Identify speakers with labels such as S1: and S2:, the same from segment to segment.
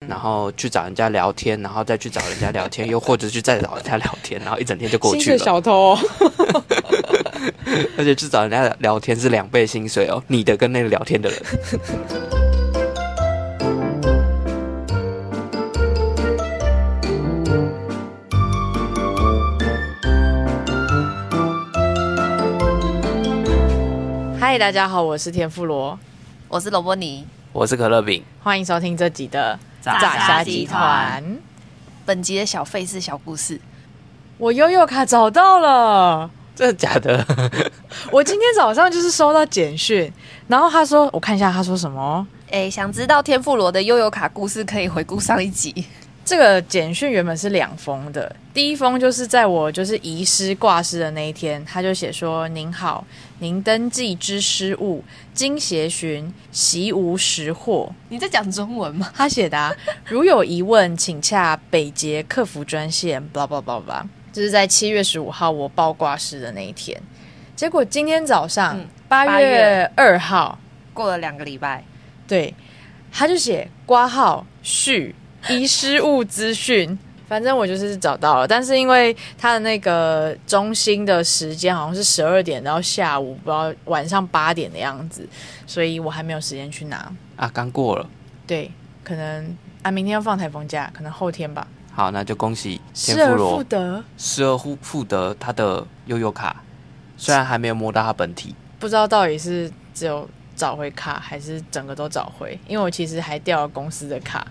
S1: 嗯
S2: 然后去找人家聊天，然后再去找人家聊 天，又或者去再找人家聊天，然后一整天就过
S1: 薪
S2: 去
S1: 水
S2: 了。
S1: 小偷、哦
S2: 而且去找人家聊天是两倍薪水哦，你的跟那个聊天的人。
S1: 嗨，大家好，我是田富罗，
S3: 我是萝卜泥。
S2: 我是可乐饼，
S1: 欢迎收听这集的
S3: 炸
S1: 虾
S3: 虾集
S1: 团。
S3: 本集的小费是小故事，
S1: 我悠悠卡找到了，
S2: 真的假的？
S1: 我今天早上就是收到简讯，然后他说，我看一下他说什么哦。
S3: 哎，想知道天妇罗的悠悠卡故事，可以回顾上一集。
S1: 这个简讯原本是两封的，第一封就是在我就是遗失挂失的那一天，他就写说：“您好，您登记之失误，经协询，习无实获。”
S3: 你在讲中文吗？
S1: 他写的、啊， 如有疑问，请洽北捷客服专线，blah blah blah blah。就是在七月十五号我报挂失的那一天，结果今天早上
S3: 嗯
S1: 八、
S3: 8
S1: 月
S3: 月
S1: 二号，
S3: 过了两个礼拜，
S1: 对，他就写挂号续遗失物资讯。反正我就是找到了，但是因为他的那个中心的时间好像是十二点到下午，不知道晚上八点的样子，所以我还没有时间去拿。
S2: 啊，刚过了。
S1: 对，可能啊，明天要放台风假，可能后天吧。
S2: 好，那就恭喜天
S1: 失
S2: 妇
S1: 而复
S2: 罗
S1: 得，
S2: 失而复复得他的悠悠卡，虽然还没有摸到他本体，
S1: 不知道到底是只有找回卡，还是整个都找回？因为我其实还掉了公司的卡，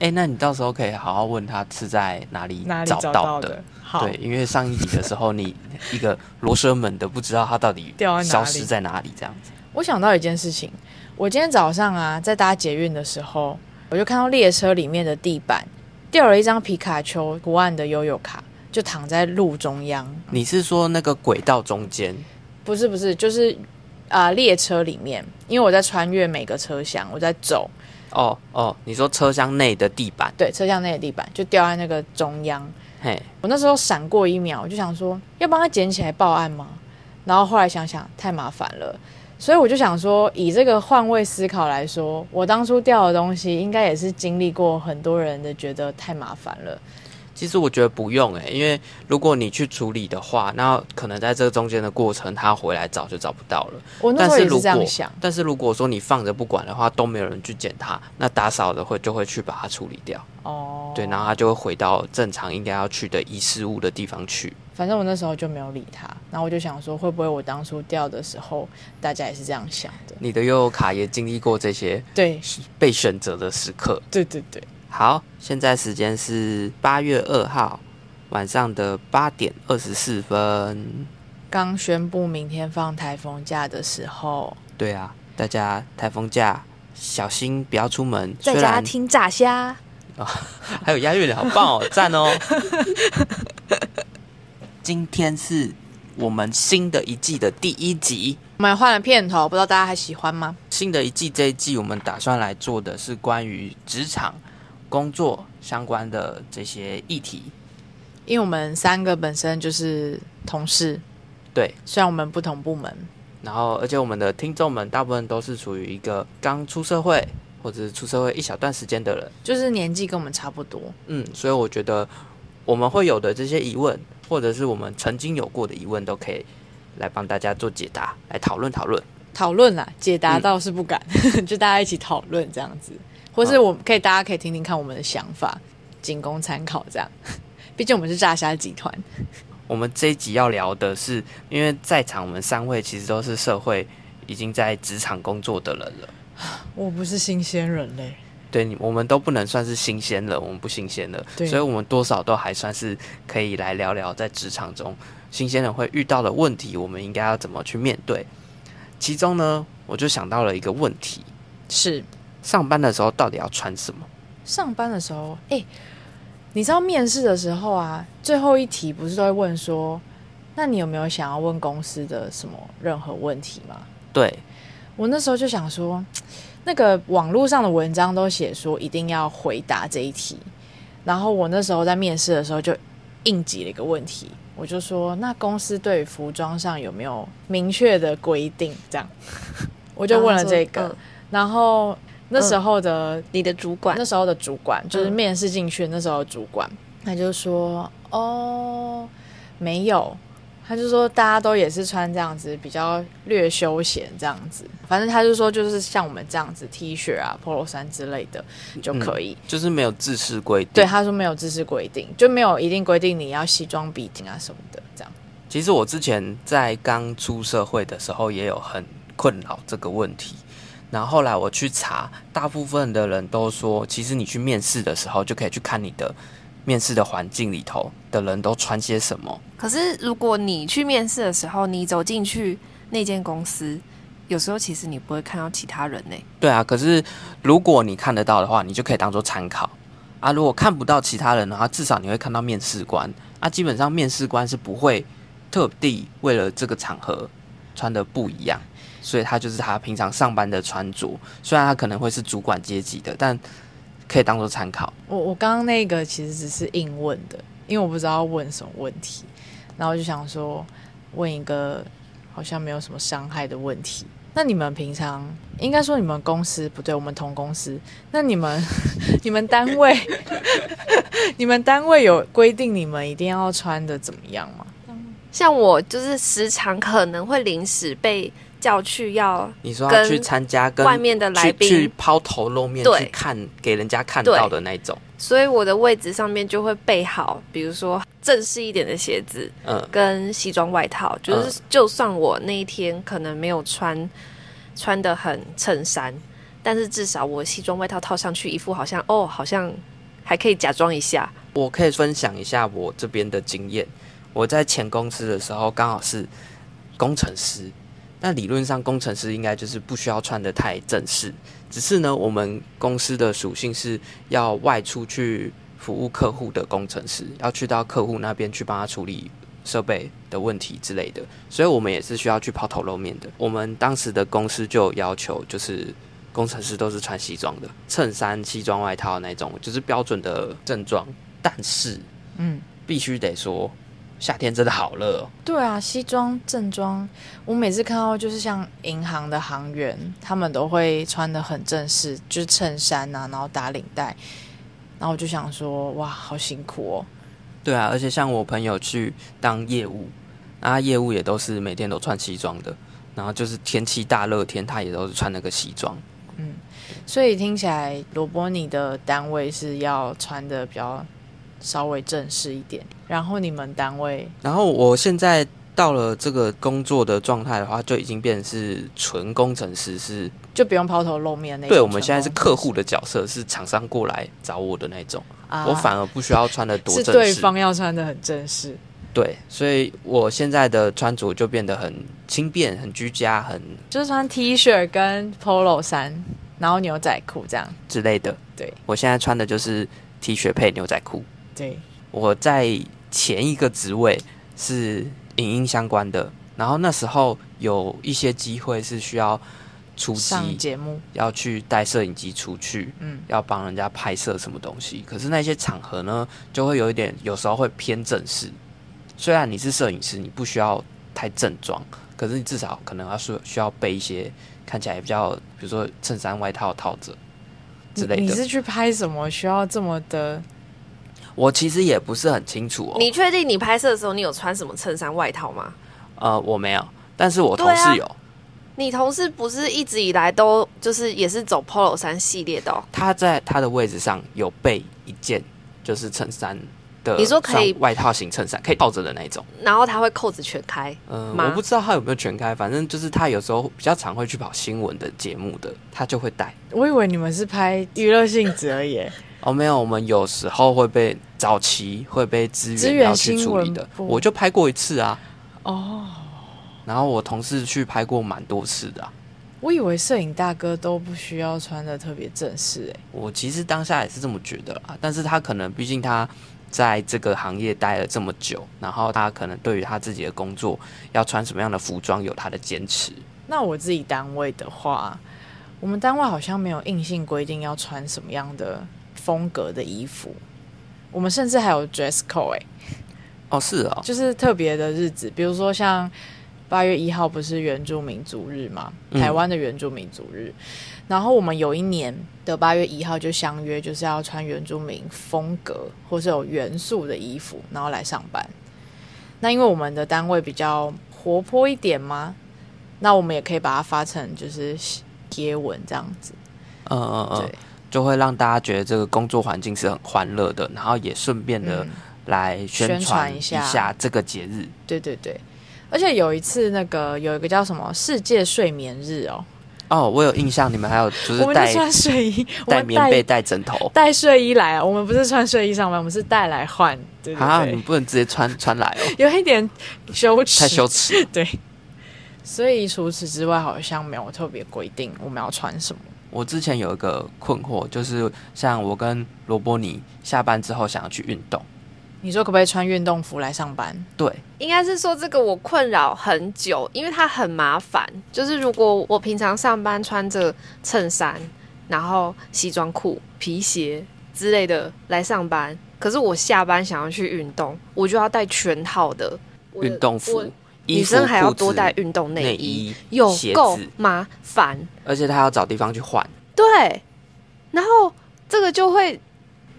S2: 哎、那你到时候可以好好问他是在哪里
S1: 哪里
S2: 找
S1: 到
S2: 的。？
S1: 好
S2: 对，，因为上一集的时候， 你一个罗生门的不知道他到底
S1: 掉在哪
S2: 消
S1: 里嗯
S2: 失在哪里，这样子。
S1: 我想到一件事情，我今天早上啊，在搭捷运的时候，我就看到列车里面的地板掉了一张皮卡丘图案的悠悠卡，就躺在路中央。
S2: 你是说那个轨道中间？
S1: 不是不是，就是啊、列车里面，因为我在穿越每个车厢，我在走，
S2: 哦哦，你说车厢内的地板？
S1: 对，车厢内的地板就掉在那个中央。
S2: 嘿，
S1: 我那时候闪过一秒，我就想说要帮他捡起来报案吗？然后后来想想太麻烦了，所以我就想说，以这个换位思考来说，我当初掉的东西应该也是经历过很多人的觉得太麻烦了。
S2: 其实我觉得不用哎、因为如果你去处理的话，那可能在这中间的过程，他回来找就找不到了。
S1: 我那
S2: 但
S1: 时候也
S2: 如
S1: 是这样
S2: 果
S1: 想，
S2: 但是如果说你放着不管的话，都没有人去捡它，那打扫的会就会去把它处理掉，
S1: 哦，
S2: 对，然后它就会回到正常应该要去的遗失物的地方去。
S1: 反正我那时候就没有理他，然后我就想说，会不会我当初掉的时候，大家也是这样想的？
S2: 你的悠悠卡也经历过这些
S1: 对，
S2: 被选择的时刻。
S1: 对对对，
S2: 好，现在时间是八月二号晚上的八点二十四分。
S1: 刚宣布明天放台风假的时候，
S2: 对啊，大家台风假小心不要出门，
S1: 在
S2: 虽
S1: 家
S2: 然
S1: 听炸虾。
S2: 还有押韵的好棒 哦，赞哦！今天是我们新的一季的第一集，
S1: 我们换了片头，不知道大家还喜欢吗？
S2: 新的一季这一季我们打算来做的是关于职场、工作相关的这些议题。
S1: 因为我们三个本身就是同事，
S2: 对，
S1: 虽然我们不同部门，
S2: 然后而且我们的听众们大部分都是处于一个刚出社会或者是出社会一小段时间的人，
S1: 就是年纪跟我们差不多。
S2: 嗯，所以我觉得我们会有的这些疑问，或者是我们曾经有过的疑问，都可以来帮大家做解答，来讨论讨论。
S1: 讨论啦，解答倒是不敢， 就大家一起讨论这样子，或是我们可以，大家可以听听看我们的想法，仅供参考这样。毕竟我们是炸虾集团，
S2: 我们这一集要聊的是，因为在场我们三位其实都是社会已经在职场工作的人了，
S1: 我不是新鲜人嘞。
S2: 对，你我们都不能算是新鲜人，我们不新鲜了，
S1: 对
S2: 所以我们多少都还算是可以来聊聊在职场中新鲜人会遇到的问题，我们应该要怎么去面对。其中呢，我就想到了一个问题：
S1: 是
S2: 上班的时候到底要穿什么？
S1: 上班的时候，哎、你知道面试的时候啊，最后一题不是都会问说，那你有没有想要问公司的什么任何问题吗？
S2: 对，
S1: 我那时候就想说，那个网络上的文章都写说一定要回答这一题，然后我那时候在面试的时候就应急了一个问题，我就说那公司对于服装上有没有明确的规定？这样，我就问了这个，
S3: 嗯
S1: 然后那时候的、
S4: 你的主管
S1: 那时候的主管，就是
S4: 嗯
S1: 面试进去那时候的主管，他就说哦没有，他就说大家都也是穿这样子，比较略休闲这样子，反正他就说就是像我们这样子 T 恤啊、polo 衫之类的就可
S4: 嗯
S1: 以。
S2: 就是没有自式规定。
S1: 对，他说没有知识规定，就没有一定规定你要西装笔挺啊什么的这样。
S2: 其实我之前在刚出社会的时候也有很困扰这个问题，然后后来我去查，大部分的人都说，其实你去面试的时候就可以去看你的面试的环境里头的人都穿些什么。
S3: 可是如果你去面试的时候，你走进去那间公司，有时候其实你不会看到其他人呢、
S2: 对啊，可是如果你看得到的话，你就可以当做参考啊。如果看不到其他人的话，至少你会看到面试官啊。基本上面试官是不会特地为了这个场合穿的不一样，所以他就是他平常上班的穿着。虽然他可能会是主管阶级的，但可以当做参考。
S1: 我我刚刚那个其实只是硬问的，因为我不知道要问什么问题，然后我就想说问一个好像没有什么伤害的问题。那你们平常应该说你们公司不对，我们同公司。那你们 你们单位 你们单位有规定你们一定要穿的怎么样吗？
S4: 像我就是时常可能会临时被叫去要
S2: 你说他
S4: 跟
S2: 去参加跟
S4: 外面的来
S2: 去去
S4: 宾，
S2: 抛头露面
S4: 对
S2: 去看给人家看
S4: 对
S2: 到的那种，
S4: 所以我的位置上面就会备好，比如说正式一点的鞋子
S2: 嗯，
S4: 跟西装外套，就是、就算我那一天可能没有穿穿的很衬衫，但是至少我西装外套套上去，一副好像哦，好像还可以假装一下。
S2: 我可以分享一下我这边的经验。我在前公司的时候，刚好是工程师。那理论上，工程师应该就是不需要穿的太正式。只是呢，我们公司的属性是要外出去服务客户的工程师，要去到客户那边去帮他处理设备的问题之类的，所以我们也是需要去抛头露面的。我们当时的公司就有要求，就是工程师都是穿西装的，衬衫、西装外套那种，就是标准的正装。但是
S1: 嗯，
S2: 必须得说，夏天真的好热、哦。
S1: 对啊，西装正装，我每次看到就是像银行的行员，他们都会穿的很正式，就是衬衫啊，然后打领带，然后我就想说，哇，好辛苦哦。
S2: 对啊，而且像我朋友去当业务，那他业务也都是每天都穿西装的，然后就是天气大热天，他也都是穿那个西装。
S1: 所以听起来，罗伯你的单位是要穿的比较稍微正式一点，然后你们单位
S2: 然后我现在到了这个工作的状态的话，就已经变成是纯工程师，是
S1: 就不用抛头露面那种
S2: 对我们现在是
S1: 穿
S2: 客户的角色，是厂商过来找我的那种，
S1: 啊，
S2: 我反而不需要穿的多
S1: 是
S2: 正
S1: 对
S2: 式。
S1: 方要穿的很正式。
S2: 对，所以我现在的穿着就变得很轻便、很居家、很
S1: 就是穿 T 恤跟 polo 衫，然后牛仔裤这样。
S2: 之类的。
S1: 嗯对
S2: 我现在穿的就是 T 恤配牛仔裤。
S1: 对，
S2: 我在前一个职位是影音相关的，然后那时候有一些机会是需要出
S1: 上
S2: 击，
S1: 节目，
S2: 要去带摄影机出去，
S1: 嗯，
S2: 要帮人家拍摄什么东西。可是那些场合呢，就会有一点，有时候会偏正式。虽然你是摄影师，你不需要太正装，可是你至少可能要需需要备一些看起来比较，比如说衬衫、外套套着之类
S1: 你。你
S2: 的。
S1: 是去拍什么需要这么的？
S2: 我其实也不是很清楚哦。
S4: 你确定你拍摄的时候你有穿什么衬衫外套吗？
S2: 呃，我没有，但是我同
S4: 对啊
S2: 事有。
S4: 你同事不是一直以来都就是也是走 polo 衫系列的、哦？
S2: 他在他的位置上有备一件就是衬衫的，
S4: 你说可以
S2: 像外套型衬衫，可以套着的那一种。
S4: 然后他会扣子全开，
S2: 嗯、
S4: 吗
S2: 我不知道他有没有全开，反正就是他有时候比较常会去跑新闻的节目的，他就会带。
S1: 我以为你们是拍娱乐性质而 已。
S2: 哦，没有，我们有时候会被早期会被资
S1: 资
S2: 源
S1: 源
S2: 要去
S1: 新
S2: 处理
S1: 闻
S2: 的，
S1: 部
S2: 我就拍过一次啊，
S1: 哦，
S2: 然后我同事去拍过蛮多次的啊、
S1: 我以为摄影大哥都不需要穿的特别正式哎。
S2: 我其实当下也是这么觉得啦，但是他可能毕竟他在这个行业待了这么久，然后他可能对于他自己的工作要穿什么样的服装有他的坚持。
S1: 那我自己单位的话，我们单位好像没有硬性规定要穿什么样的风格的衣服，我们欸甚至还有 dress code 哎。
S2: 哦，是哦，
S1: 就是特别的日子，比如说像八月一号不是原住民族日嘛，
S2: 嗯
S1: 台湾的原住民族日。然后我们有一年的八月一号就相约，就是要穿原住民风格或是有元素的衣服，然后来上班。那因为我们的单位比较活泼一点嘛，那我们也可以把它发成就是贴文这样子。
S2: 嗯嗯嗯
S1: 对，，
S2: 就会让大家觉得这个工作环境是很欢乐的，然后也顺便的
S1: 嗯
S2: 来宣
S1: 宣
S2: 传
S1: 传一
S2: 下
S1: 下
S2: 这个节日。
S1: 对对对。而且有一次，那个有一个叫什么世界睡眠日哦，
S2: 哦，我有印象，你们还有就是
S1: 我们就
S2: 带
S1: 穿 睡衣，我
S2: 带
S1: 们
S2: 棉被、带枕头
S1: 带睡衣来啊！我们不是穿睡衣上班，我们是带来换，对对
S2: 啊，你
S1: 对，
S2: 们不能直接穿穿来哦，
S1: 有一点羞耻，
S2: 太羞耻了。
S1: 对。所以除此之外，好像没有特别规定我们要穿什么。
S2: 我之前有一个困惑，就是像我跟罗伯尼下班之后想要去运动，
S1: 你说可不可以穿运动服来 上班？
S2: 对，
S4: 应该是说这个我困扰很久，因为它很麻烦。就是如果我平常上班穿着衬衫，然后西装裤、皮鞋之类的来上班，可是我下班想要去运动，我就要带全套的我的
S2: 运动服
S4: 我、
S2: 衣
S4: 女
S2: 服、
S4: 生还要
S2: 裤子
S4: 多带运动
S2: 内
S4: 内衣，
S2: 衣、
S4: 有
S2: 鞋
S4: 够
S2: 子，
S4: 麻烦。
S2: 而且他要找地方去换。
S4: 对，然后这个就会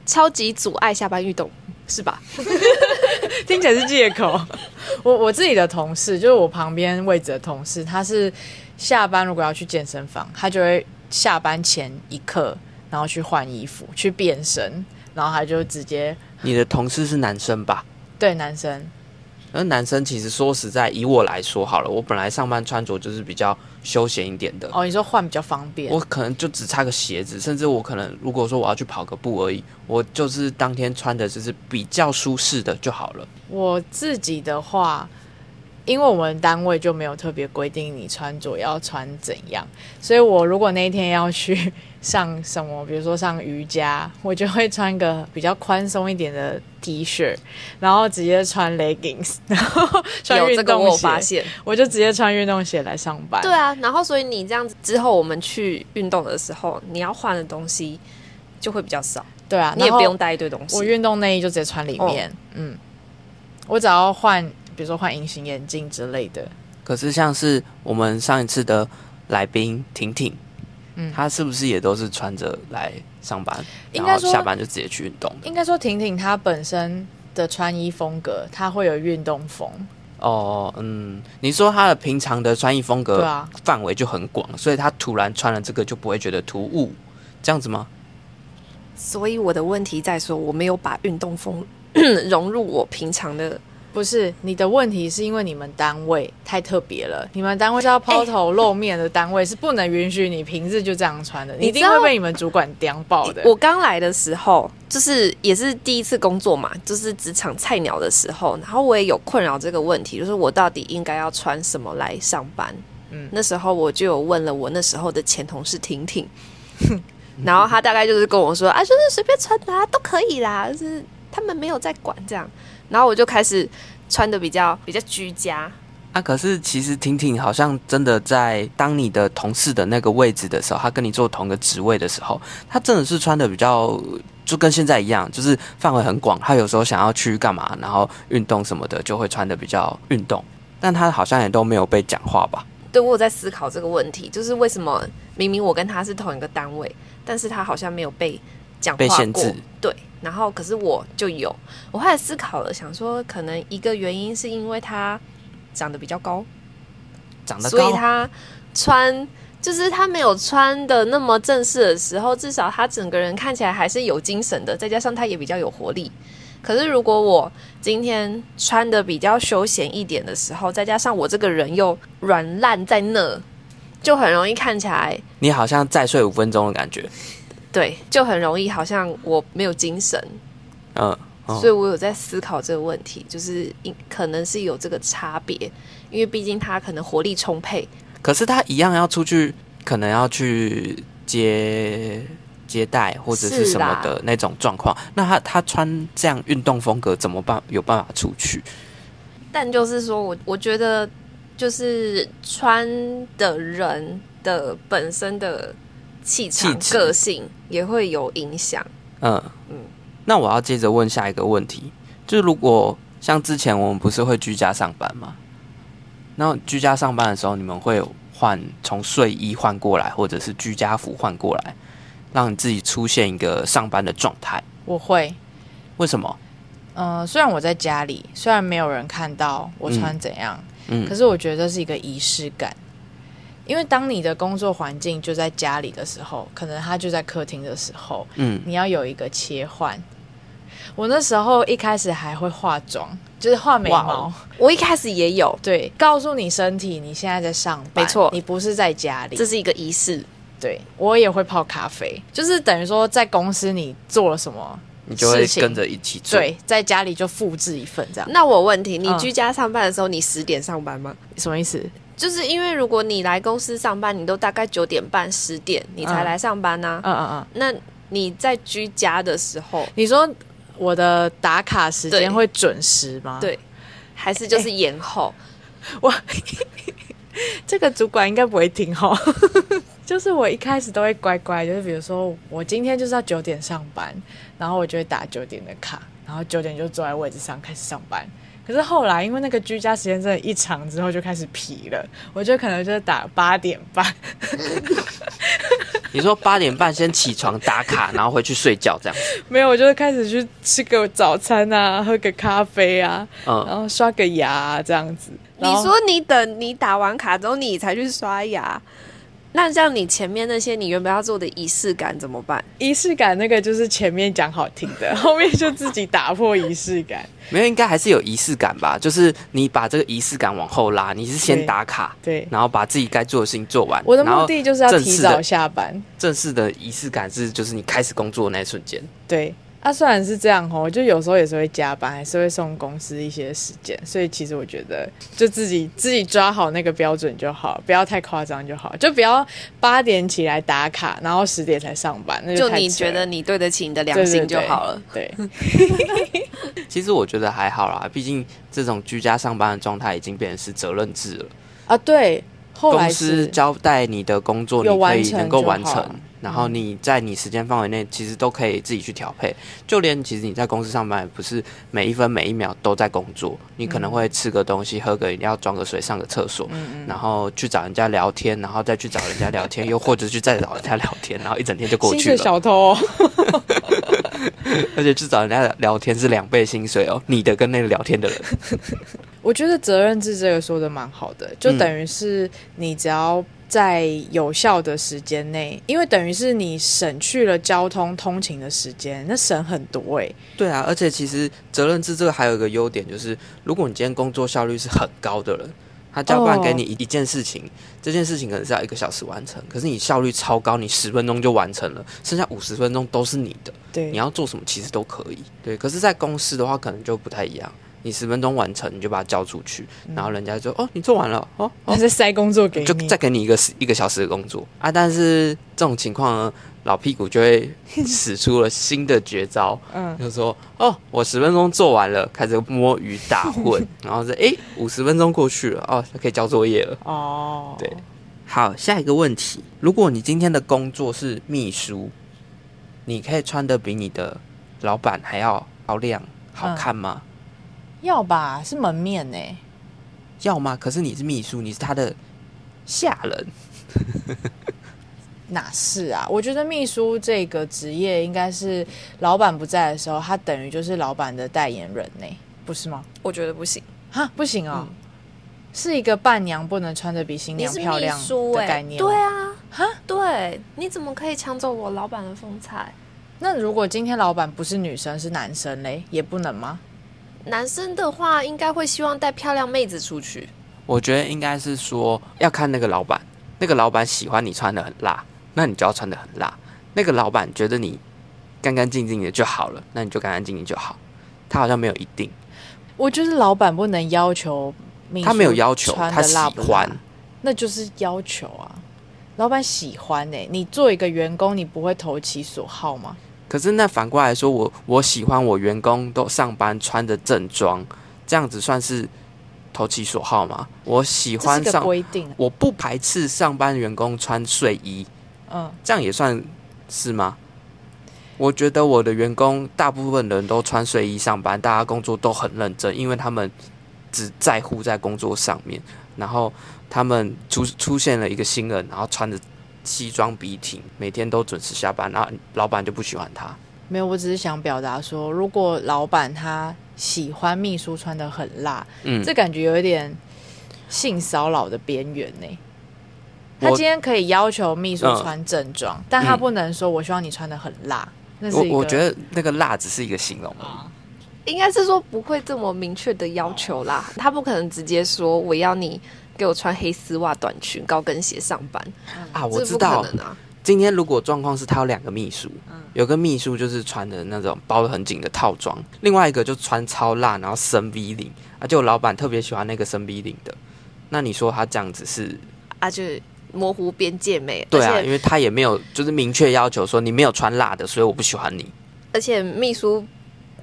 S4: 超级阻碍下班运动，是吧？
S1: 听起来是借口。 我我自己的同事，就是我旁边位置的同事，他是下班如果要去健身房，他就会下班前一刻，然后去换衣服，去变身，然后他就直接
S2: 你的同事是男生吧？
S1: 对男生，
S2: 而男生其实说实在，以我来说好了，我本来上班穿着就是比较休闲一点的，
S1: 哦，你说换比较方便，
S2: 我可能就只差个鞋子，甚至我可能如果说我要去跑个步而已，我就是当天穿的就是比较舒适的就好了。
S1: 我自己的话，因为我们单位就没有特别规定你穿着要穿怎样，所以我如果那一天要去上什么，比如说上瑜伽，我就会穿个比较宽松一点的 T 恤，然后直接穿 leggings，然 后穿
S4: 有
S1: 运
S4: 这个我
S1: 动
S4: 有
S1: 鞋，
S4: 发现，
S1: 我就直接穿运动鞋来上班。
S4: 对啊，然后所以你这样子之后，我们去运动的时候，你要换的东西就会比较少，
S1: 对啊，
S4: 你也
S1: 然后
S4: 不用哦带一堆东
S1: 我
S4: 西。
S1: 运动内衣就直接穿里面，嗯，我只要换，比如说换隐形眼镜之类的，
S2: 可是像是我们上一次的来宾婷婷，
S1: 嗯
S2: 她是不是也都是穿着来上班，
S1: 应
S2: 然
S1: 该
S2: 后
S1: 说
S2: 下班就直接去运动的？
S1: 应该说，婷婷她本身的穿衣风格，她会有运动风，
S2: 哦，嗯，你说她的平常的穿衣风
S1: 对
S2: 格
S1: 啊
S2: 范围就很广，所以她突然穿了这个就不会觉得突兀，这样子吗？
S4: 所以我的问题在说，我没有把运动风 融入我平常的。
S1: 不是你的问题，是因为你们单位太特别了，你们单位是要
S4: 哎
S1: 抛头露面的单位，是不能允许你平日就这样穿的，你一
S4: 知
S1: 定
S4: 道
S1: 会被你们主管刁爆的。
S4: 我刚来的时候，就是也是第一次工作嘛，就是职场菜鸟的时候，然后我也有困扰这个问题，就是我到底应该要穿什么来上班？
S1: 嗯
S4: 嗯，那时候我就有问了我那时候的前同事 婷婷，然后她大概就是跟我说啊，就是随便穿的、啊、都可以啦，就是他们没有在管这样，然后我就开始穿的比较比较居家，
S2: 啊，可是其实婷婷好像真的在当你的同事的那个位置的时候，她跟你做同个职位的时候，她真的是穿的比较就跟现在一样，就是范围很广。她有时候想要去干嘛，然后运动什么的，就会穿的比较运动。但她好像也都没有被讲话吧？
S4: 对我有在思考这个问题，就是为什么明明我跟他是同一个单位，但是他好像没有被讲
S2: 被
S4: 话
S2: 限
S4: 过
S2: 制。
S4: 对，然后可是我就有，我后来思考了，想说可能一个原因是因为他长得比较高，
S2: 长得
S4: 所以
S2: 高，
S4: 他穿就是他没有穿的那么正式的时候，至少他整个人看起来还是有精神的，再加上他也比较有活力。可是如果我今天穿的比较休闲一点的时候，再加上我这个人又软烂在那，就很容易看起来
S2: 你好像再睡五分钟的感觉。
S4: 对，就很容易好像我没有精神。
S2: 嗯，哦
S4: 所以我有在思考这个问题，就是因可能是有这个差别，因为毕竟他可能活力充沛，
S2: 可是她一样要出去，可能要去接接待或者是
S4: 是
S2: 什么
S4: 啦
S2: 的那种状况。那她她穿这样运动风格，怎么办？有办法出去？
S4: 但就是说我我觉得就是穿的人的本身的气场
S2: 气、质
S4: 个性也会有影响。
S2: 嗯
S4: 嗯
S2: 那我要接着问下一个问题，就是如果像之前我们不是会居家上班吗？那居家上班的时候，你们会换从睡衣换过来，或者是居家服换过来，让你自己出现一个上班的状态。
S1: 我会，
S2: 为什么？
S1: 呃，虽然我在家里，虽然没有人看到我穿怎样，
S2: 嗯
S1: 可是我觉得这是一个仪式感。因为当你的工作环境就在家里的时候，可能他就在客厅的时候，
S2: 嗯，
S1: 你要有一个切换。我那时候一开始还会化妆，就是画眉
S2: 哇
S1: 毛
S2: 哦，
S4: 我一开始也有，
S1: 对，告诉你身体你现在在上班，
S4: 没错
S1: 你不是在家里
S4: 这。是一个仪式。
S1: 对，我也会泡咖啡，就是等于说在公司你做了什么，
S2: 你就会
S1: 事情
S2: 跟着一起做。
S1: 对，在家里就复制一份这样。
S4: 那我问题，你
S1: 嗯
S4: 居家上班的时候，你十点上班吗？
S1: 什么意思？
S4: 就是因为如果你来公司上班，你都大概九点半、十点你才
S1: 嗯
S4: 来上班呐、
S1: 嗯嗯嗯，
S4: 那你在居家的时候，
S1: 你说我的打卡时
S4: 对
S1: 间会准时吗？
S4: 对，还是就是延后？
S1: 这个主管应该不会听哈。 就是我一开始都会乖乖，就是比如说我今天就是要九点上班，然后我就会打九点的卡，然后九点就坐在位置上开始上班。可是后来因为那个居家时间真的一长之后就开始疲了，我就可能就是打八点半，
S2: 你说八点半先起床打卡，然后回去睡觉 这样子。
S1: 没有，我就会开始去吃个早餐啊，喝个咖啡啊，然
S2: 嗯，
S1: 后刷个牙、啊、这样子。
S4: 你
S1: 然后
S4: 说你等你打完卡之后你才去刷牙，那这样你前面那些你原本要做的仪式感怎么办？
S1: 仪式感那个就是前面讲好听的， 后面就自己打破仪式感。
S2: 没有，应该还是有仪式感吧？就是你把这个仪式感往后拉，你是先
S1: 对
S2: 打卡，
S1: 对，
S2: 然后把自己该做的事情做完。
S1: 我的
S2: 然
S1: 目
S2: 后
S1: 的就是要
S2: 正
S1: 提
S2: 式的
S1: 早下班。
S2: 正式的仪式感是，就是你开始工作的那一瞬间。
S1: 对，啊，虽然是这样吼，就有时候也是会加班，还是会送公司一些时间，所以其实我觉得就自己自己抓好那个标准就好，不要太夸张就好，就不要八点起来打卡，然后十点才上班，那
S4: 就
S1: 太
S4: 你
S1: 扯
S4: 觉得
S1: 了
S4: 你对得起你的良心就好了。。
S1: 对对对对，
S2: 其实我觉得还好啦，毕竟这种居家上班的状态已经变成是责任制了。
S1: 啊对，后来
S2: 公
S1: 是
S2: 司交代你的工作，你
S1: 有
S2: 可
S1: 完
S2: 以
S1: 成
S2: 能够
S1: 就
S2: 完
S1: 好
S2: 成，然后你在你时间范围内，其实都可以自己去调配。就连其实你在公司上班，也不是每一分每一秒都在工作，你可能会吃个东西、喝个饮料、装个水、上个厕所，
S1: 嗯
S2: 然后去找人家聊天，然后再去找人家聊 天，又或者去再找人家聊天，然后一整天就过
S1: 薪
S2: 去
S1: 水
S2: 了。
S1: 小偷、哦。
S2: 而且去找人家聊天是两倍薪水哦，你的跟那个聊天的人，
S1: 我觉得责任制这个说的蛮好的，就
S2: 嗯
S1: 等于是你只要在有效的时间内，因为等于是你省去了交通通勤的时间，那省很多哎、
S2: 对啊，而且其实责任制这个还有一个优点，就是如果你今天工作效率是很高的人，他交办给你一一件事情，这件事情可能是要一个小时完成，可是你效率超高，你十分钟就完成了，剩下五十分钟都是你的，
S1: 对，
S2: 你要做什么其实都可以。对，可是，在公司的话可能就不太一样，你十分钟完成你就把它交出去，然 后人家就哦你做完了哦
S1: 他嗯在塞工作给你，
S2: 就再给你一个时一个小时的工作啊。但是这种情况呢，老屁股就会使出了新的绝招，
S1: 嗯
S2: 就说哦，我十分钟做完了，开始摸鱼打混，然后是诶五十分钟过去了，哦，可以交作业了。
S1: 哦，
S2: 对好，下一个问题，如果你今天的工作是秘书，你可以穿的比你的老板还要漂亮、好看吗？
S1: 要吧，是门面欸呢、
S2: 要吗？可是你是秘书，你是他的下人，
S1: 哪是啊？我觉得秘书这个职业应该是老板不在的时候，他等于就是老板的代言人呢、不是吗？
S4: 我觉得不行，
S1: 哈，不行哦。
S2: 嗯
S1: 是一个伴娘不能穿的比新
S4: 你
S1: 娘
S4: 是
S1: 漂
S4: 秘
S1: 亮
S4: 书
S1: 的
S2: 欸
S4: 哎、
S1: 概念吗、
S4: 对啊，
S1: 哈，
S4: 对，你怎么可以抢走我老板的风采？
S1: 那如果今天老板不是女生是男生嘞，也不能吗？
S4: 男生的话应该会希望带漂亮妹子出去，
S2: 我觉得应该是说要看那个老板，那个老板喜欢你穿的很辣，那你就要穿的很辣；那个老板觉得你干干净净的就好了，那你就干干净净就好。他好像没有一定，
S1: 我就是老板不能要求秘书
S2: 他没有要求，
S1: 穿
S2: 他
S1: 的
S2: 喜
S1: 辣不辣
S2: 欢。
S1: 那就是要求啊。老板喜欢呢、你做一个员工，你不会投其所好吗？
S2: 可是那反过来说，我我喜欢我员工都上班穿着正装，这样子算是投其所好吗？我喜
S1: 这是
S2: 欢
S1: 个
S2: 上，
S1: 规定，
S2: 我不排斥上班员工穿睡衣，
S1: 嗯，
S2: 这样也算是吗？我觉得我的员工大部分人都穿睡衣上班，大家工作都很认真，因为他们只在乎在工作上面，然后他们出出现了一个新人，然后穿着西装笔挺，每天都准时下班，然后老板就不喜欢他。
S1: 没有，我只是想表达说，如果老板他喜欢秘书穿的很辣，
S2: 嗯，
S1: 这感觉有一点性骚扰的边缘呢。他
S2: 我
S1: 今天可以要求秘书
S2: 嗯
S1: 穿正装，但他
S2: 嗯
S1: 不能说我希望你穿的很辣，那是
S2: 我
S1: 一个
S2: 我觉得那个辣只是一个形容啊而已。
S4: 应该是说不会这么明确的要求啦，他不可能直接说我要你给我穿黑丝袜、短裙、高跟鞋上班，
S2: 啊，我
S4: 这
S2: 知
S4: 不可
S2: 道。
S4: 能啊。
S2: 今天如果状况是他有两个秘书，
S4: 嗯
S2: 有个秘书就是穿的那种包的很紧的套装，另外一个就穿超辣，然后深 V 领，啊，就老板特别喜欢那个深 V 领的。那你说他这样子是
S4: 啊，就是模糊边界美，
S2: 对啊？
S4: 而且
S2: 因为他也没有就是明确要求说你没有穿辣的，所以我不喜欢你。
S4: 而且秘书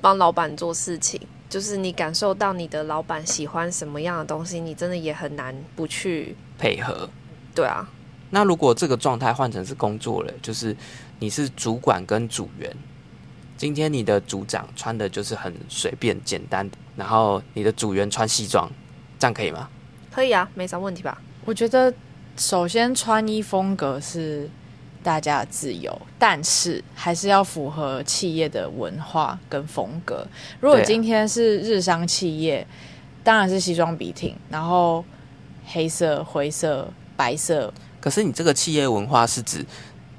S4: 帮老板做事情，就是你感受到你的老板喜欢什么样的东西，你真的也很难不去。
S2: 配合。
S4: 对啊，
S2: 那如果这个状态换成是工作了，就是你是主管跟组员，今天你的组长穿的就是很随便简单，然后你的组员穿西装，这样可以吗？
S4: 可以啊，没啥问题吧？
S1: 我觉得首先穿衣风格是大家的自由，但是还是要符合企业的文化跟风格。如果
S2: 对啊
S1: 今天是日商企业，当然是西装笔挺，然后黑色、灰色、白色，
S2: 可是你这个企业文化是指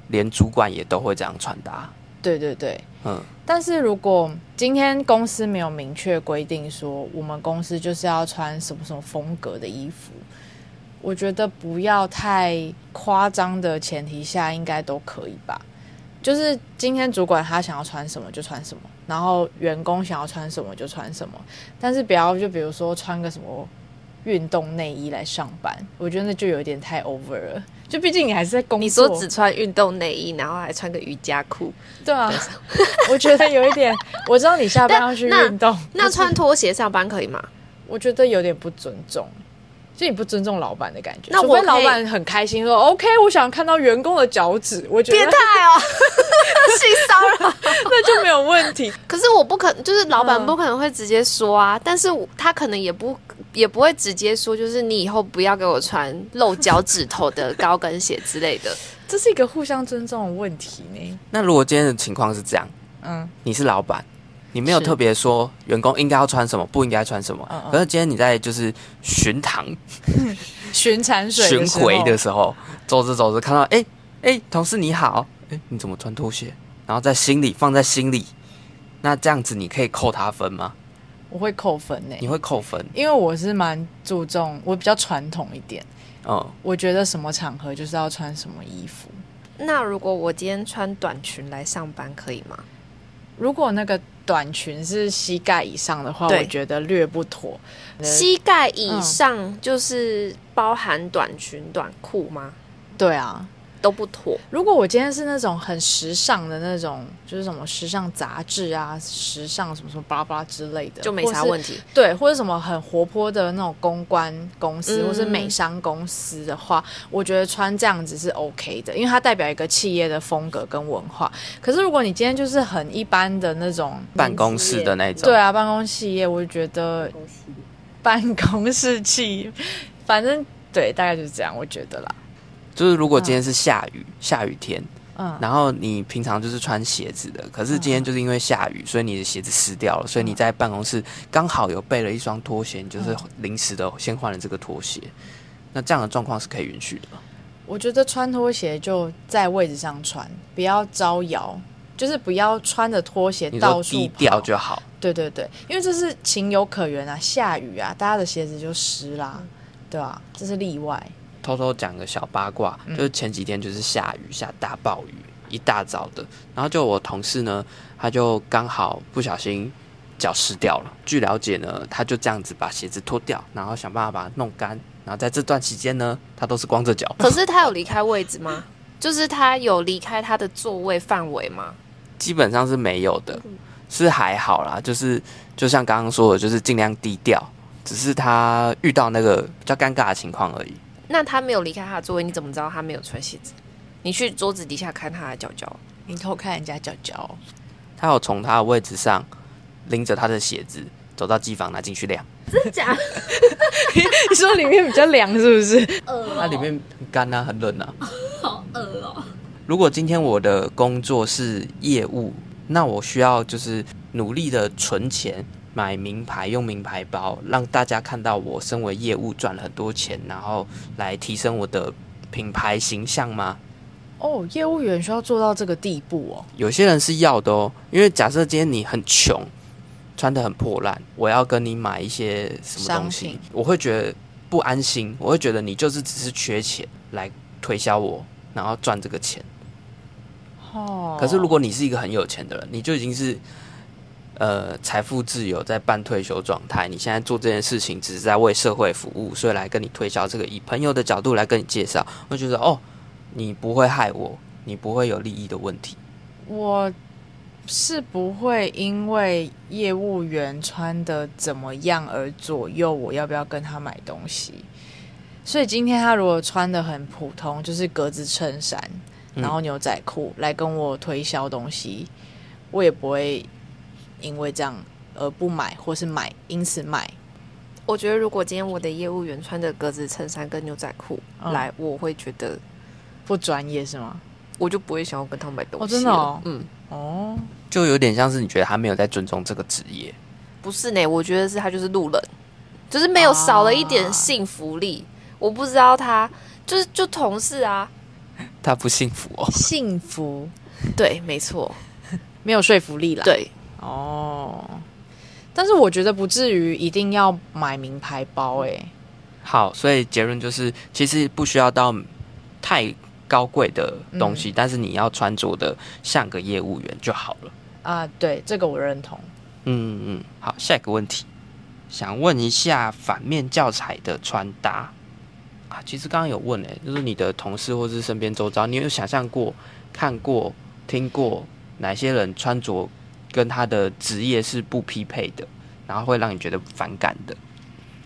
S2: 连主管也都会这样穿搭，
S1: 对对对。
S2: 嗯，
S1: 但是如果今天公司没有明确规定说我们公司就是要穿什么什么风格的衣服，我觉得不要太夸张的前提下，应该都可以吧。就是今天主管他想要穿什么就穿什么，然后员工想要穿什么就穿什么，但是不要就比如说穿个什么运动内衣来上班，我觉得那就有点太 over 了。就毕竟你还是在工作，
S4: 你说只穿运动内衣，然后还穿个瑜伽裤，
S1: 对啊，我觉得有一点，我知道你下班要去
S4: 那
S1: 运动，
S4: 那穿拖鞋上班可以吗？
S1: 我觉得有点不尊重，就你不尊重老板的感觉。
S4: 那
S1: 除
S4: 我
S1: 非
S4: 可以
S1: 老板很开心说 OK，我想看到员工的脚趾，我觉
S4: 变
S1: 得
S4: 态哦，性骚扰。
S1: 那就没有问题。
S4: 可是我不可，就是老板
S1: 嗯
S4: 不可能会直接说啊，但是我他可能也不也不会直接说，就是你以后不要给我穿露脚趾头的高跟鞋之类的。
S1: 这是一个互相尊重的问题呢。
S2: 那如果今天的情况是这样，
S1: 嗯，
S2: 你是老板，你没有
S1: 是
S2: 特别说员工应该要穿什么，不应该穿什么，
S1: 嗯嗯
S2: 可是今天你在就是巡堂
S1: 巡产水
S2: 巡
S1: 时候
S2: 回的时候，走着走着看到，哎、哎、同事你好，哎、你怎么穿拖鞋？然后在心里放在心里，那这样子你可以扣他分吗？
S1: 我会扣分呢，
S2: 你会扣分，
S1: 因为我是蛮注重，我比较传统一点，
S2: 嗯，
S1: 我觉得什么场合就是要穿什么衣服。
S4: 那如果我今天穿短裙来上班可以吗？
S1: 如果那个短裙是膝盖以上的话，
S4: 对
S1: 我觉得略不妥。
S4: 膝盖以上就是包含短裙、短裤吗？
S1: 对啊，
S4: 都不妥。
S1: 如果我今天是那种很时尚的那种，就是什么时尚杂志啊、时尚什么什么巴拉巴拉之类的，
S4: 就没啥
S1: 或是
S4: 问题，
S1: 对，或者什么很活泼的那种公关公司、
S4: 嗯
S1: 或是美商公司的话，我觉得穿这样子是 OK 的，因为它代表一个企业的风格跟文化。可是如果你今天就是很一般的那种，
S2: 办公室的那种，
S1: 对啊，办公企业，我觉得办公室企，反正对，大概就是这样，我觉得啦。
S2: 就是如果今天是下雨，下雨天，
S1: 嗯，
S2: 然后你平常就是穿鞋子的，可是今天就是因为下雨，所以你的鞋子湿掉了，所
S1: 嗯
S2: 以你在办公室刚好有备了一双拖鞋，你就是临时的先换了这个拖鞋。那这样的状况是可以允许的吗。
S1: 我觉得穿拖鞋就在位置上穿，不要招摇，就是不要穿着拖鞋
S2: 你
S1: 到
S2: 说
S1: 处
S2: 低调
S1: 跑
S2: 就好。
S1: 对对对，因为这是情有可原啊，下雨啊，大家的鞋子就湿啦，对啊，这是例外。
S2: 偷偷讲个小八卦，
S1: 嗯
S2: 就是前几天就是下雨，下大暴雨，一大早的，然后就我同事呢，他就刚好不小心脚湿掉了。据了解呢，他就这样子把鞋子脱掉，然后想办法把它弄干，然后在这段期间呢，他都是光着脚，
S4: 可是他有离开位置吗？ 就是他有离开他的座位范围吗？
S2: 基本上是没有的，是还好啦，就是就像刚刚说的，就是尽量低调，只是他遇到那个比较尴尬的情况而已。
S4: 那他没有离开他的座位，你怎么知道他没有穿鞋子？你去桌子底下看他的脚脚。
S1: 你偷看人家脚脚，
S2: 他有从他的位置上拎着他的鞋子走到机房拿进去晾，
S4: 真假？
S1: 你说里面比较凉是不是？
S2: 那里面很干啊，很冷啊。
S4: 好恶哦。
S2: 如果今天我的工作是业务，那我需要就是努力的存钱，买名牌，用名牌包，让大家看到我身为业务赚了很多钱，然后来提升我的品牌形象吗？
S1: 哦，业务员需要做到这个地步哦。
S2: 有些人是要的哦，因为假设今天你很穷，穿的很破烂，我要跟你买一些什么东
S1: 商
S2: 西
S1: 品，
S2: 我会觉得不安心，我会觉得你就是只是缺钱来推销我，然后赚这个钱。
S1: 哦，
S2: 可是如果你是一个很有钱的人，你就已经是呃财富自由，在半退休状态，你现在做这件事情只是在为社会服务，所以来跟你推销这个，以朋友的角度来跟你介绍，我就觉得哦，你不会害我，你不会有利益的问题。
S1: 我是不会因为业务员穿的怎么样而左右我要不要跟他买东西。所以今天他如果穿的很普通，就是格子衬衫，
S2: 嗯
S1: 然后牛仔裤、来跟我推销东西，我也不会因为这样而不买，或是买因此买。
S4: 我觉得如果今天我的业务员穿着格子衬衫跟牛仔裤
S1: 嗯
S4: 来，哦我会觉得
S1: 不专业是吗？
S4: 我就不会想要跟他买东西
S1: 哦真的
S4: 了。
S1: 哦
S4: 嗯，
S1: 哦，
S2: 就有点像是你觉得他没有在尊重这个职业，
S4: 不是呢，我觉得是他就是路人，就是没有少了一点
S1: 啊
S4: 幸福力。我不知道他就是就同事啊，
S2: 他不幸福哦。
S1: 幸福
S4: 对，没错，
S1: 没有说服力啦。
S4: 对，
S1: 哦，但是我觉得不至于一定要买名牌包、欸，哎，
S2: 好，所以结论就是，其实不需要到太高贵的东西，但是你要穿着的像个业务员就好了。
S1: 啊，对，这个我认同。
S2: 嗯嗯，好，下一个问题，想问一下反面教材的穿搭啊，其实刚刚有问诶、就是你的同事或是身边周遭，你有想象过、看过、听过哪些人穿着跟他的职业是不匹配的，然后会让你觉得反感的？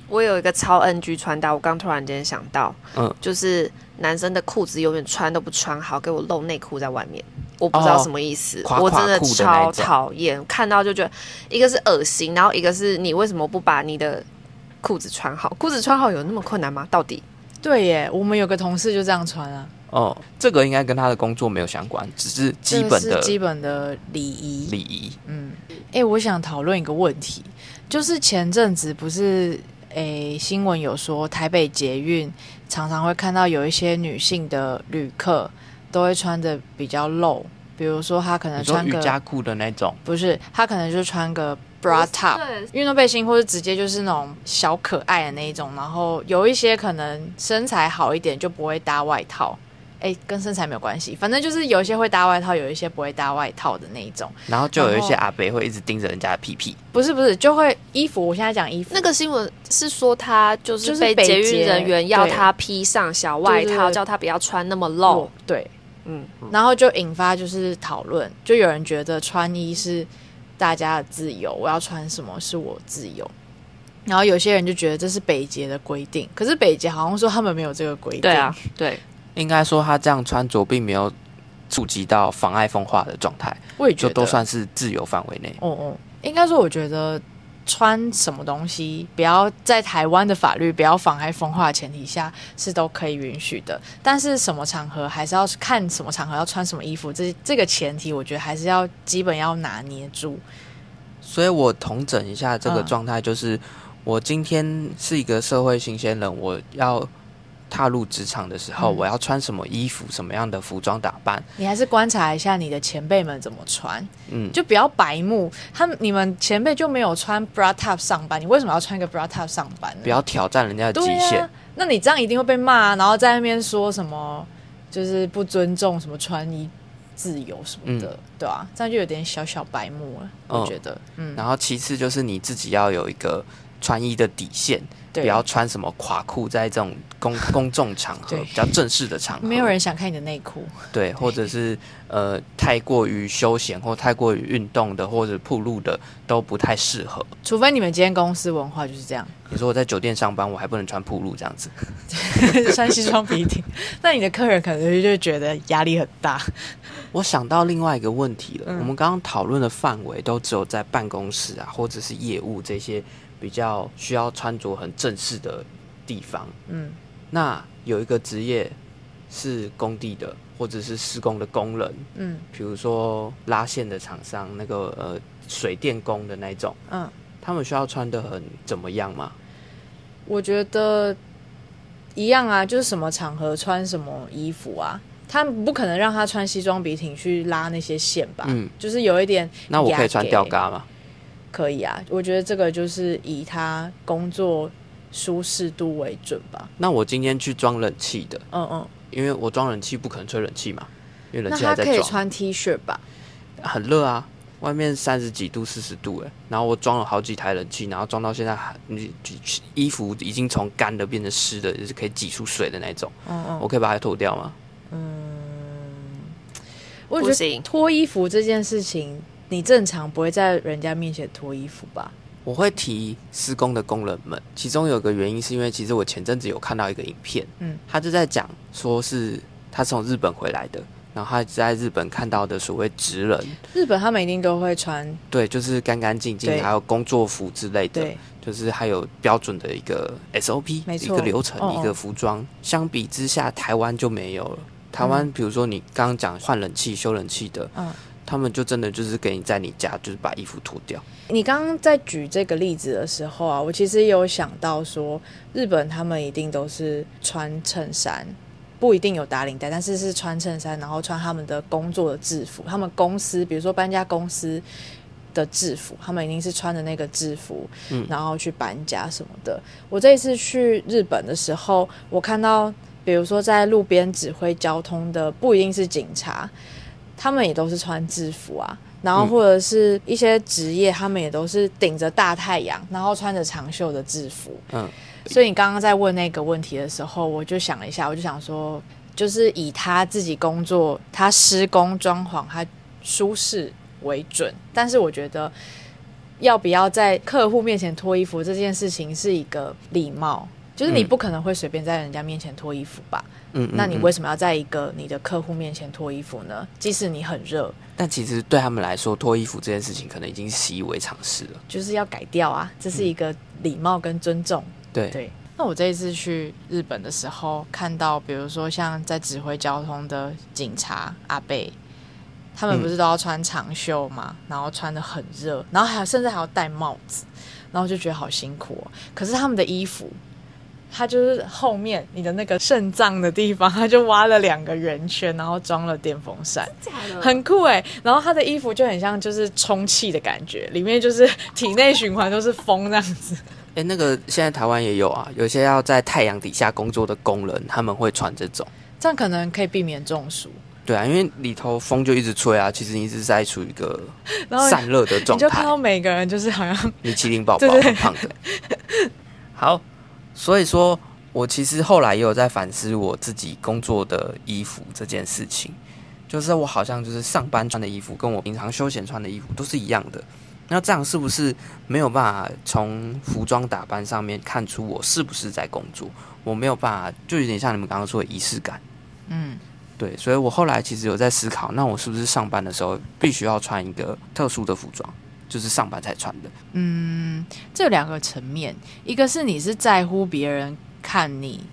S4: 我有一个超 NG 穿搭，我刚突然间想到，
S2: 嗯
S4: 就是男生的裤子永远穿都不穿好，给我露内裤在外面，我不知道
S2: 哦
S4: 什么意思，
S2: 垮
S4: 我真
S2: 垮裤的那一
S4: 超
S2: 种
S4: 讨厌，看到就觉得一个是恶心，然后一个是你为什么不把你的裤子穿好？裤子穿好有那么困难吗？到底？
S1: 对耶，我们有个同事就这样穿啊，
S2: 哦，这个应该跟他的工作没有相关，只是基本
S1: 这个
S2: 的
S1: 是基本的礼仪。
S2: 礼仪。
S1: 嗯，哎、我想讨论一个问题，就是前阵子不是诶、新闻有说台北捷运常常会看到有一些女性的旅客都会穿的比较露，比如说她可能
S2: 你说
S1: 穿
S2: 瑜
S1: 个
S2: 伽裤的那种，
S1: 不是，她可能就穿个 bra top，
S4: 对，
S1: 运动背心，或者直接就是那种小可爱的那一种，然后有一些可能身材好一点就不会搭外套，哎，跟身材没有关系，反正就是有一些会搭外套，有一些不会搭外套的那一种，
S2: 然后就有一些
S1: 然后
S2: 阿伯会一直盯着人家的屁屁。
S1: 不是不是，就会衣服，我现在讲衣服，
S4: 那个新闻是说他就
S1: 就是是
S4: 被
S1: 北
S4: 捷运
S1: 捷
S4: 人员要
S1: 对
S4: 他披上小外
S1: 对对
S4: 套，
S1: 对
S4: 叫他不要穿那么
S1: 露
S4: 露。
S1: 对，
S4: 嗯，
S1: 然后就引发就是讨论，就有人觉得穿衣是大家的自由，我要穿什么是我自由。然后有些人就觉得这是北捷的规定，可是北捷好像说他们没有这个规定。
S4: 对啊，对，
S2: 应该说他这样穿着并没有触及到妨碍风化的状态，
S1: 我也觉
S2: 就
S1: 得
S2: 都算是自由范围内。
S1: 哦哦，应该说，我觉得穿什么东西，不要在台湾的法律不要妨碍风化的前提下，是都可以允许的。但是什么场合，还是要看什么场合要穿什么衣服，这这个前提，我觉得还是要基本要拿捏住。
S2: 所以我统整一下这个
S1: 嗯
S2: 状态，就是、我今天是一个社会新鲜人，我要踏入职场的时候，
S1: 嗯
S2: 我要穿什么衣服，什么样的服装打扮，
S1: 你还是观察一下你的前辈们怎么穿，
S2: 嗯，
S1: 就不要白目。他们你们前辈就没有穿 bra top 上班，你为什么要穿一个 bra top 上班呢？
S2: 不要挑战人家的
S1: 对
S2: 极限。
S1: 啊。那你这样一定会被骂、啊，然后在那边说什么就是不尊重什么穿衣自由什么的，对啊，这样就有点小小白目了，
S2: 嗯
S1: 我觉得，嗯，
S2: 然后其次就是你自己要有一个穿衣的底线，不
S1: 对，
S2: 要穿什么垮裤，在这种公公众场合
S1: 对
S2: 比较正式的场合，
S1: 没有人想看你的内裤，
S2: 对，或者是呃太过于休闲或太过于运动的或者铺路的都不太适合。
S1: 除非你们今天公司文化就是这样，
S2: 你说我在酒店上班，我还不能穿铺路这样子，
S1: 穿西装笔挺， 那你的客人可能就会觉得压力很大。
S2: 我想到另外一个问题了，
S1: 嗯
S2: 我们刚刚讨论的范围都只有在办公室啊，或者是业务这些比较需要穿着很正式的地方。
S1: 嗯，
S2: 那有一个职业是工地的，或者是施工的工人，
S1: 嗯
S2: 比如说拉线的厂商，那个呃水电工的那一种，
S1: 嗯，
S2: 他们需要穿的很怎么样吗？
S1: 我觉得一样啊，就是什么场合穿什么衣服啊，他们不可能让他穿西装笔挺去拉那些线吧？
S2: 嗯，
S1: 就是有一点
S2: 那我可以穿吊
S1: 压给
S2: 嘎吗？
S1: 可以啊，我觉得这个就是以他工作舒适度为准吧。
S2: 那我今天去装冷气的，
S1: 嗯嗯，
S2: 因为我装冷气不可能吹冷气嘛，因为
S1: 那
S2: 冷气
S1: 他
S2: 还在
S1: 可以
S2: 装，
S1: 穿 T 恤吧？
S2: 很热啊，外面三十几度、四十度哎，然后我装了好几台冷气，然后装到现在还，你衣服已经从干的变成湿的，就是可以挤出水的那种，
S1: 嗯嗯，
S2: 我可以把它脱掉吗？
S1: 我觉
S4: 不
S1: 得
S4: 行
S1: 脱衣服这件事情，你正常不会在人家面前脱衣服吧？
S2: 我会提施工的工人们，其中有个原因是因为其实我前阵子有看到一个影片，
S1: 嗯，
S2: 他就在讲说是他从日本回来的，然后他在日本看到的所谓职人，
S1: 日本他们一定都会穿，
S2: 对，就是干干净净
S1: 对，
S2: 还有工作服之类的，
S1: 对，
S2: 就是还有标准的一个 SOP，
S1: 没
S2: 一
S1: 错
S2: 个流程，
S1: 哦哦
S2: 一个服装。相比之下，台湾就没有了。台湾，比如说你刚刚讲换冷气、修冷气的，
S1: 嗯。
S2: 他们就真的就是给你在你家，就是把衣服脱掉。
S1: 你刚刚在举这个例子的时候啊，我其实也有想到说，日本他们一定都是穿衬衫，不一定有打领带，但是是穿衬衫，然后穿他们的工作的制服，他们公司比如说搬家公司的制服，他们一定是穿着那个制服，
S2: 嗯
S1: 然后去搬家什么的。我这一次去日本的时候，我看到比如说在路边指挥交通的，不一定是警察，他们也都是穿制服啊。然后
S2: 嗯
S1: 或者是一些职业，他们也都是顶着大太阳，然后穿着长袖的制服。
S2: 嗯，
S1: 所以你刚刚在问那个问题的时候，我就想了一下，我就想说，就是以他自己工作，他施工、装潢，他舒适为准。但是我觉得，要不要在客户面前脱衣服这件事情是一个礼貌，就是你
S2: 嗯
S1: 不可能会随便在人家面前脱衣服吧？
S2: 嗯，
S1: 那你
S2: 嗯嗯
S1: 为什么要在一个你的客户面前脱衣服呢？即使你很热，
S2: 但其实对他们来说，脱衣服这件事情可能已经习以为常事了。
S1: 就是要改掉啊，这是一个礼貌跟尊重。
S2: 对，
S1: 对，那我这一次去日本的时候，看到比如说像在指挥交通的警察阿贝，他们
S2: 嗯
S1: 不是都要穿长袖嘛，然后穿的很热，然后还有甚至还要戴帽子，然后就觉得好辛苦哦。可是他们的衣服。它就是后面你的那个肾脏的地方，它就挖了两个圆圈，然后装了电风扇，很酷哎、然后他的衣服就很像就是充气的感觉，里面就是体内循环都是风这样子。
S2: 哎，那个现在台湾也有啊，有些要在太阳底下工作的工人，他们会穿这种。
S1: 这样可能可以避免中暑，
S2: 对啊，因为里头风就一直吹啊，其实你一直在处于一个
S1: 然后
S2: 散热的
S1: 哦你
S2: 状
S1: 就看
S2: 态。
S1: 到每个人就是好像
S2: 米其林宝
S1: 对
S2: 宝
S1: 对对
S2: 很胖的。 好，所以说我其实后来也有在反思我自己工作的衣服这件事情，就是我好像就是上班穿的衣服跟我平常休闲穿的衣服都是一样的。那这样是不是没有办法从服装打扮上面看出我是不是在工作？我没有办法，就有点像你们刚刚说的仪式感。
S1: 嗯
S2: 对，所以我后来其实有在思考，那我是不是上班的时候必须要穿一个特殊的服装，就是上班才穿的？
S1: 嗯，这有两个层面，一个是你是在乎别人看你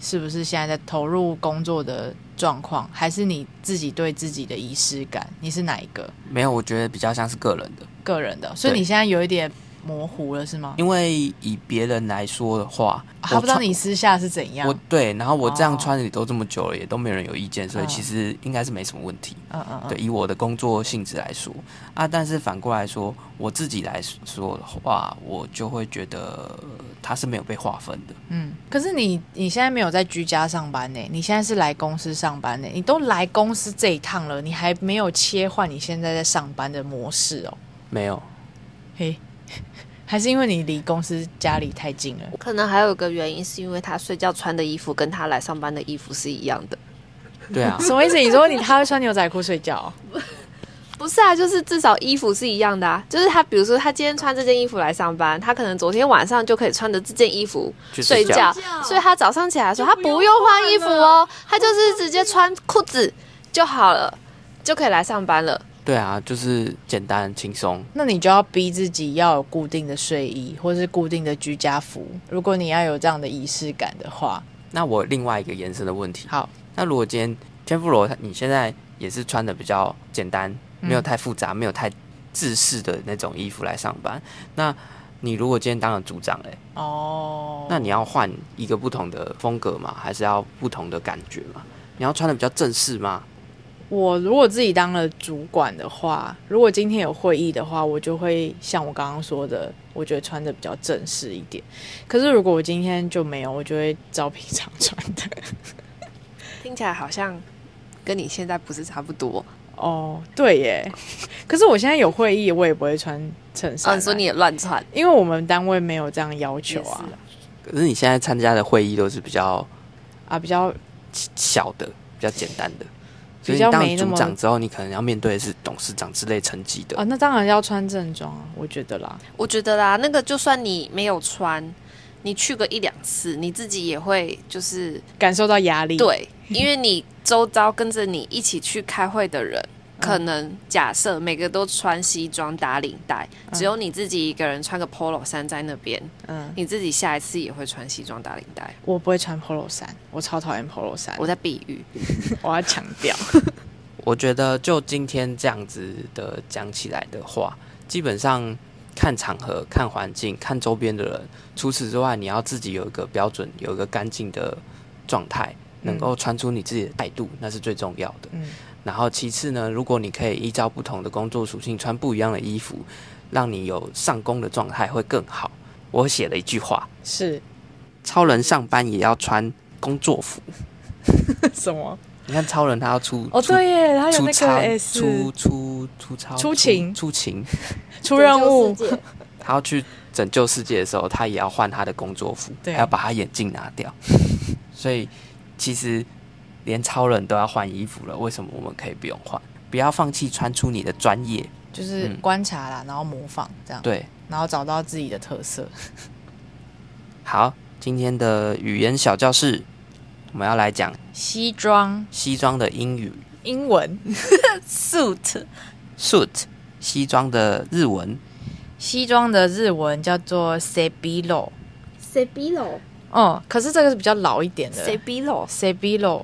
S1: 是不是现在在投入工作的状况，还是你自己对自己的仪式感，你是哪一个
S2: 没有，我觉得比较像是个人的，
S1: 个人的？所以
S2: 对
S1: 你现在有一点模糊了是吗？
S2: 因为以别人来说的话，
S1: 还
S2: 我
S1: 啊不知道
S2: 穿
S1: 你私下是怎样
S2: 我。对，然后我这
S1: 哦
S2: 样穿也都这么久了，也都没有人有意见，所以
S1: 嗯
S2: 其实应该是没什么问题。
S1: 嗯嗯嗯，
S2: 对，以我的工作性质来说啊，但是反过来说，我自己来说的话，我就会觉得它是没有被划分的。
S1: 嗯，可是你你现在没有在居家上班呢，你现在是来公司上班呢，你都来公司这一趟了，你还没有切换你现在在上班的模式哦。
S2: 没有，
S1: 嘿，还是因为你离公司家里太近了？
S4: 可能还有一个原因是因为他睡觉穿的衣服跟他来上班的衣服是一样的，
S2: 对 啊，
S1: 什么意思？你说你他会穿牛仔裤睡觉？
S4: 不是啊，就是至少衣服是一样的啊。就是他，比如说他今天穿这件衣服来上班，他可能昨天晚上就可以穿着这件衣服
S2: 去
S4: 睡
S2: 睡
S4: 觉
S2: 觉，
S4: 所以他早上起来的时候，他不用换衣服哦，他就是直接穿裤子就好了，就可以来上班了。
S2: 对啊，就是简单轻松。
S1: 那你就要逼自己要有固定的睡衣，或是固定的居家服。如果你要有这样的仪式感的话，
S2: 那我另外一个延伸的问题，
S1: 好，
S2: 那如果今天天妇罗他你现在也是穿的比较简单，
S1: 嗯
S2: 没有太复杂，没有太制式的那种衣服来上班，那你如果今天当了组长嘞、欸
S1: 哦，
S2: 那你要换一个不同的风格吗？还是要不同的感觉吗？你要穿的比较正式吗？
S1: 我如果自己当了主管的话，如果今天有会议的话，我就会像我刚刚说的，我觉得穿的比较正式一点。可是如果我今天就没有，我就会照平常穿 的。
S4: 听起来好像
S3: 跟你现在不是差不多。
S1: 哦，对耶。可是我现在有会议，我也不会穿衬衫、
S3: 啊，你说你，也乱窜，
S1: 因为我们单位没有这样要求啊
S3: 也是啊
S2: 可是你现在参加的会议都是比较
S1: 啊，比较
S2: 小的、比较简单的，所
S1: 比
S2: 以
S1: 较
S2: 你当
S1: 没
S2: 了
S1: 那
S2: 组
S1: 么
S2: 长之后，你可能要面对的是董事长之类层级的。
S1: 啊，那当然要穿正装啊，我觉得啦。
S4: 我觉得啦，那个就算你没有穿，你去个一两次，你自己也会就是
S1: 感受到压力，，
S4: 对，因为你周遭跟着你一起去开会的人，
S3: 嗯
S4: 可能假设每个都穿西装打领带，
S3: 嗯
S4: 只有你自己一个人穿个 polo 衫在那边，
S1: 嗯，
S4: 你自己下一次也会穿西装打领带。
S1: 我不会穿 polo 衫，我超讨厌 polo 衫，
S3: 嗯
S4: 我
S1: 我
S4: 在比喻，
S1: 我要强 调，
S2: 我觉得就今天这样子的讲起来的话，基本上看场合、看环境、看周边的人。除此之外，你要自己有一个标准，有一个干净的状态，能够穿出你自己的态度，那是最重要的。
S1: 嗯
S2: 然后其次呢，如果你可以依照不同的工作属性穿不一样的衣服，让你有上工的状态会更好。我写了一句话：
S1: 是
S2: 超人上班也要穿工作服。
S1: 什么？
S2: 你看超人他要出
S1: 哦，
S2: 出
S1: 对耶，他有
S2: 出
S1: 那
S2: 差
S1: 个 S
S2: 出出出操
S1: 出勤
S2: 出勤，
S1: 出任务，
S2: 他要去拯救世界的时候，他也要换他的工作服，
S1: 对啊
S2: 还要把他眼镜拿掉。 所以其实连超人都要换衣服了，为什么我们可以不用换？不要放弃穿出你的专业，
S1: 就是
S2: 嗯
S1: 观察啦，然后模仿这样，，
S2: 对，
S1: 然后找到自己的特色。
S2: 好，今天的语言小教室，我们要来讲
S1: 西装、
S2: 西装的英语
S1: 英文、
S4: suit
S2: suit，西装的日文
S1: 西装的日文叫做 sebilo，
S4: sebilo
S1: 哦、可是这个是比较老一点的
S4: sebilo
S1: sebilo，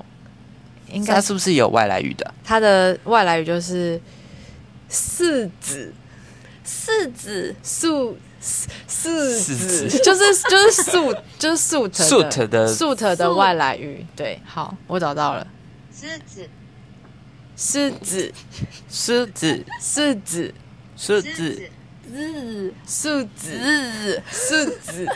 S1: 应
S2: 它
S1: 该
S2: 是不是也有外来语的？
S1: 它的外来语就是四子。
S4: 柿子
S1: 素素
S2: 四
S1: 素
S2: 字
S1: 就是就是素就是素
S2: suit 的
S1: 素的外来语。对，好，我找到了，
S3: 狮子
S1: 狮子
S2: 狮子，
S1: 狮子
S2: 狮子，
S4: 日
S1: 素子
S4: 日
S1: 素子。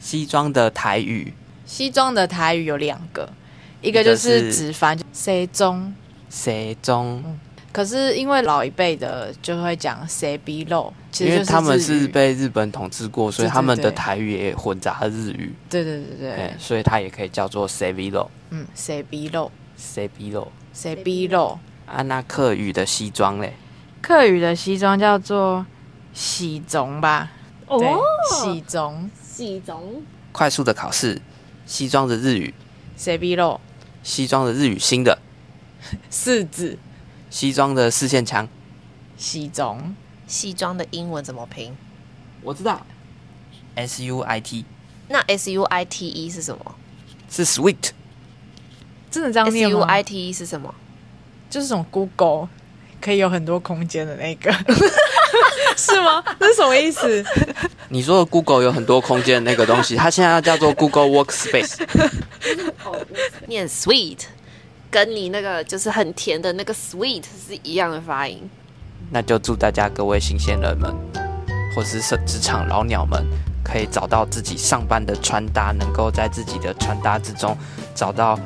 S2: 西装的台语
S1: 西装的台语有两个，一个就
S2: 一个是
S1: 是直翻西中，
S2: 西装，
S1: 可是因为老一辈的就会讲西比肉，其
S2: 因
S1: 实
S2: 为
S1: 就是
S2: 他们
S1: 日
S2: 是
S1: 语
S2: 被日本统治过，所以
S1: 对对
S2: 他们的
S1: 对
S2: 台语也混杂了日语，
S1: 对对对对
S2: 哎
S1: 对，，
S2: 所以它也可以叫做 s e v i l o
S1: 嗯，西比肉
S2: s e v i l o
S1: 西比肉。
S2: 安纳克啊语的西装嘞，
S1: 客语的西装叫做喜中吧？对，喜中。
S4: 几种
S2: 快速的考试，西装的日语，
S1: 谁逼肉？
S2: 西装的日语新的，
S1: 柿子
S2: 西装的四线枪，
S1: 喜中
S4: 西装的英文怎么拼？
S2: 我知道，S U I T
S4: 那 s u i t e 是什么
S2: 是 sweet，
S1: 真的这样
S4: ？s
S1: 念
S4: u
S1: 吗？
S4: i t e 是什么？
S1: 就是这种 Google 可以有很多空间的那个， 是吗？那是什么意思？
S2: 你说的 Google 有很多空间的那个东西，它现在要叫做 Google Workspace，
S4: 念 sweet，跟你那个就是很甜的那个 sweet 是一样的发音。
S2: 那就祝大家各位新鲜人们，或是是职场老鸟们，可以找到自己上班的穿搭，能够在自己的穿搭之中找到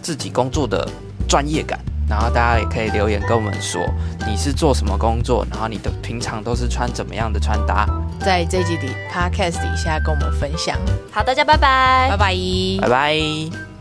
S2: 自己工作的专业感。然后大家也可以留言跟我们说你是做什么工作，然后你的平常都是穿怎么样的穿搭。
S1: 在这集底 Podcast 底下跟我们分享，
S4: 好，大家拜拜
S1: 拜拜。
S2: 拜拜。